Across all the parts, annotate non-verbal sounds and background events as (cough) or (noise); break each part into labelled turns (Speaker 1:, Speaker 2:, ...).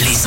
Speaker 1: Les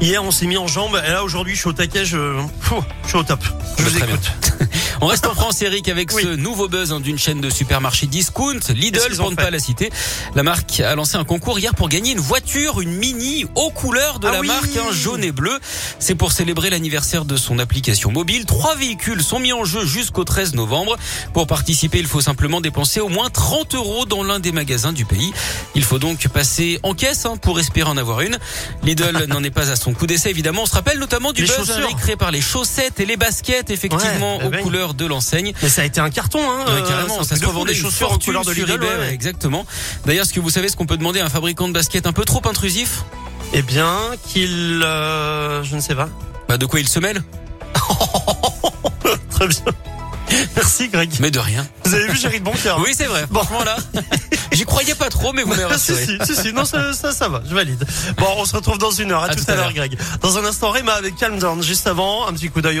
Speaker 2: Hier, on s'est mis en jambe. Et là, aujourd'hui, je suis au taquet. Je, Pfff, je suis au top. Je
Speaker 3: Bah,
Speaker 2: vous
Speaker 3: très
Speaker 2: écoute.
Speaker 3: On reste en France, Eric, avec
Speaker 2: Oui.
Speaker 3: ce nouveau buzz hein, d'une chaîne de supermarchés discount,
Speaker 2: Qu'est-ce
Speaker 3: Lidl,
Speaker 2: qu'ils
Speaker 3: pour
Speaker 2: ont
Speaker 3: ne
Speaker 2: fait
Speaker 3: pas la citer. La marque a lancé un concours hier pour gagner une voiture, une mini aux couleurs de
Speaker 2: Ah
Speaker 3: la
Speaker 2: oui
Speaker 3: marque, hein, jaune et bleu. C'est pour célébrer l'anniversaire de son application mobile. Trois véhicules sont mis en jeu jusqu'au 13 novembre. Pour participer, il faut simplement dépenser au moins 30 euros dans l'un des magasins du pays. Il faut donc passer en caisse hein, pour espérer en avoir une.
Speaker 2: (laughs)
Speaker 3: Lidl n'en est pas à son coup d'essai, évidemment. On se rappelle notamment du
Speaker 2: Les
Speaker 3: buzz hein,
Speaker 2: chaussures.
Speaker 3: Eric, créé par les chaussettes et les baskets, effectivement,
Speaker 2: Ouais, eh
Speaker 3: aux
Speaker 2: ben.
Speaker 3: couleurs de l'enseigne.
Speaker 2: Mais ça a été un carton, hein.
Speaker 3: Ouais,
Speaker 2: euh, c'est
Speaker 3: carrément,
Speaker 2: un
Speaker 3: ça
Speaker 2: truc
Speaker 3: se
Speaker 2: de fou,
Speaker 3: revendait
Speaker 2: les
Speaker 3: une
Speaker 2: chaussures en
Speaker 3: fortune
Speaker 2: couleur de
Speaker 3: sur
Speaker 2: Lidl.
Speaker 3: eBay, ouais,
Speaker 2: ouais.
Speaker 3: exactement. D'ailleurs, ce que vous savez, ce qu'on peut demander à un fabricant de baskets un peu trop intrusif,
Speaker 2: Eh bien, qu'il, euh, je ne sais pas. (laughs)
Speaker 3: bah de quoi il se mêle
Speaker 2: Très bien. Merci, Greg.
Speaker 3: Mais de rien.
Speaker 2: Vous avez vu, j'ai ri de bon cœur.
Speaker 3: (laughs) Oui, c'est vrai.
Speaker 2: Bon. (laughs)
Speaker 3: Franchement là, j'y croyais pas trop, mais vous m'avez
Speaker 2: Ah, si,
Speaker 3: rassuré.
Speaker 2: si, si, si. Non, ça, ça, ça va, je valide. Bon, on se retrouve dans une heure. À, tout, à l'heure, Greg. Dans un instant, Réma avec Calm Down. Juste avant, un petit coup d'œil au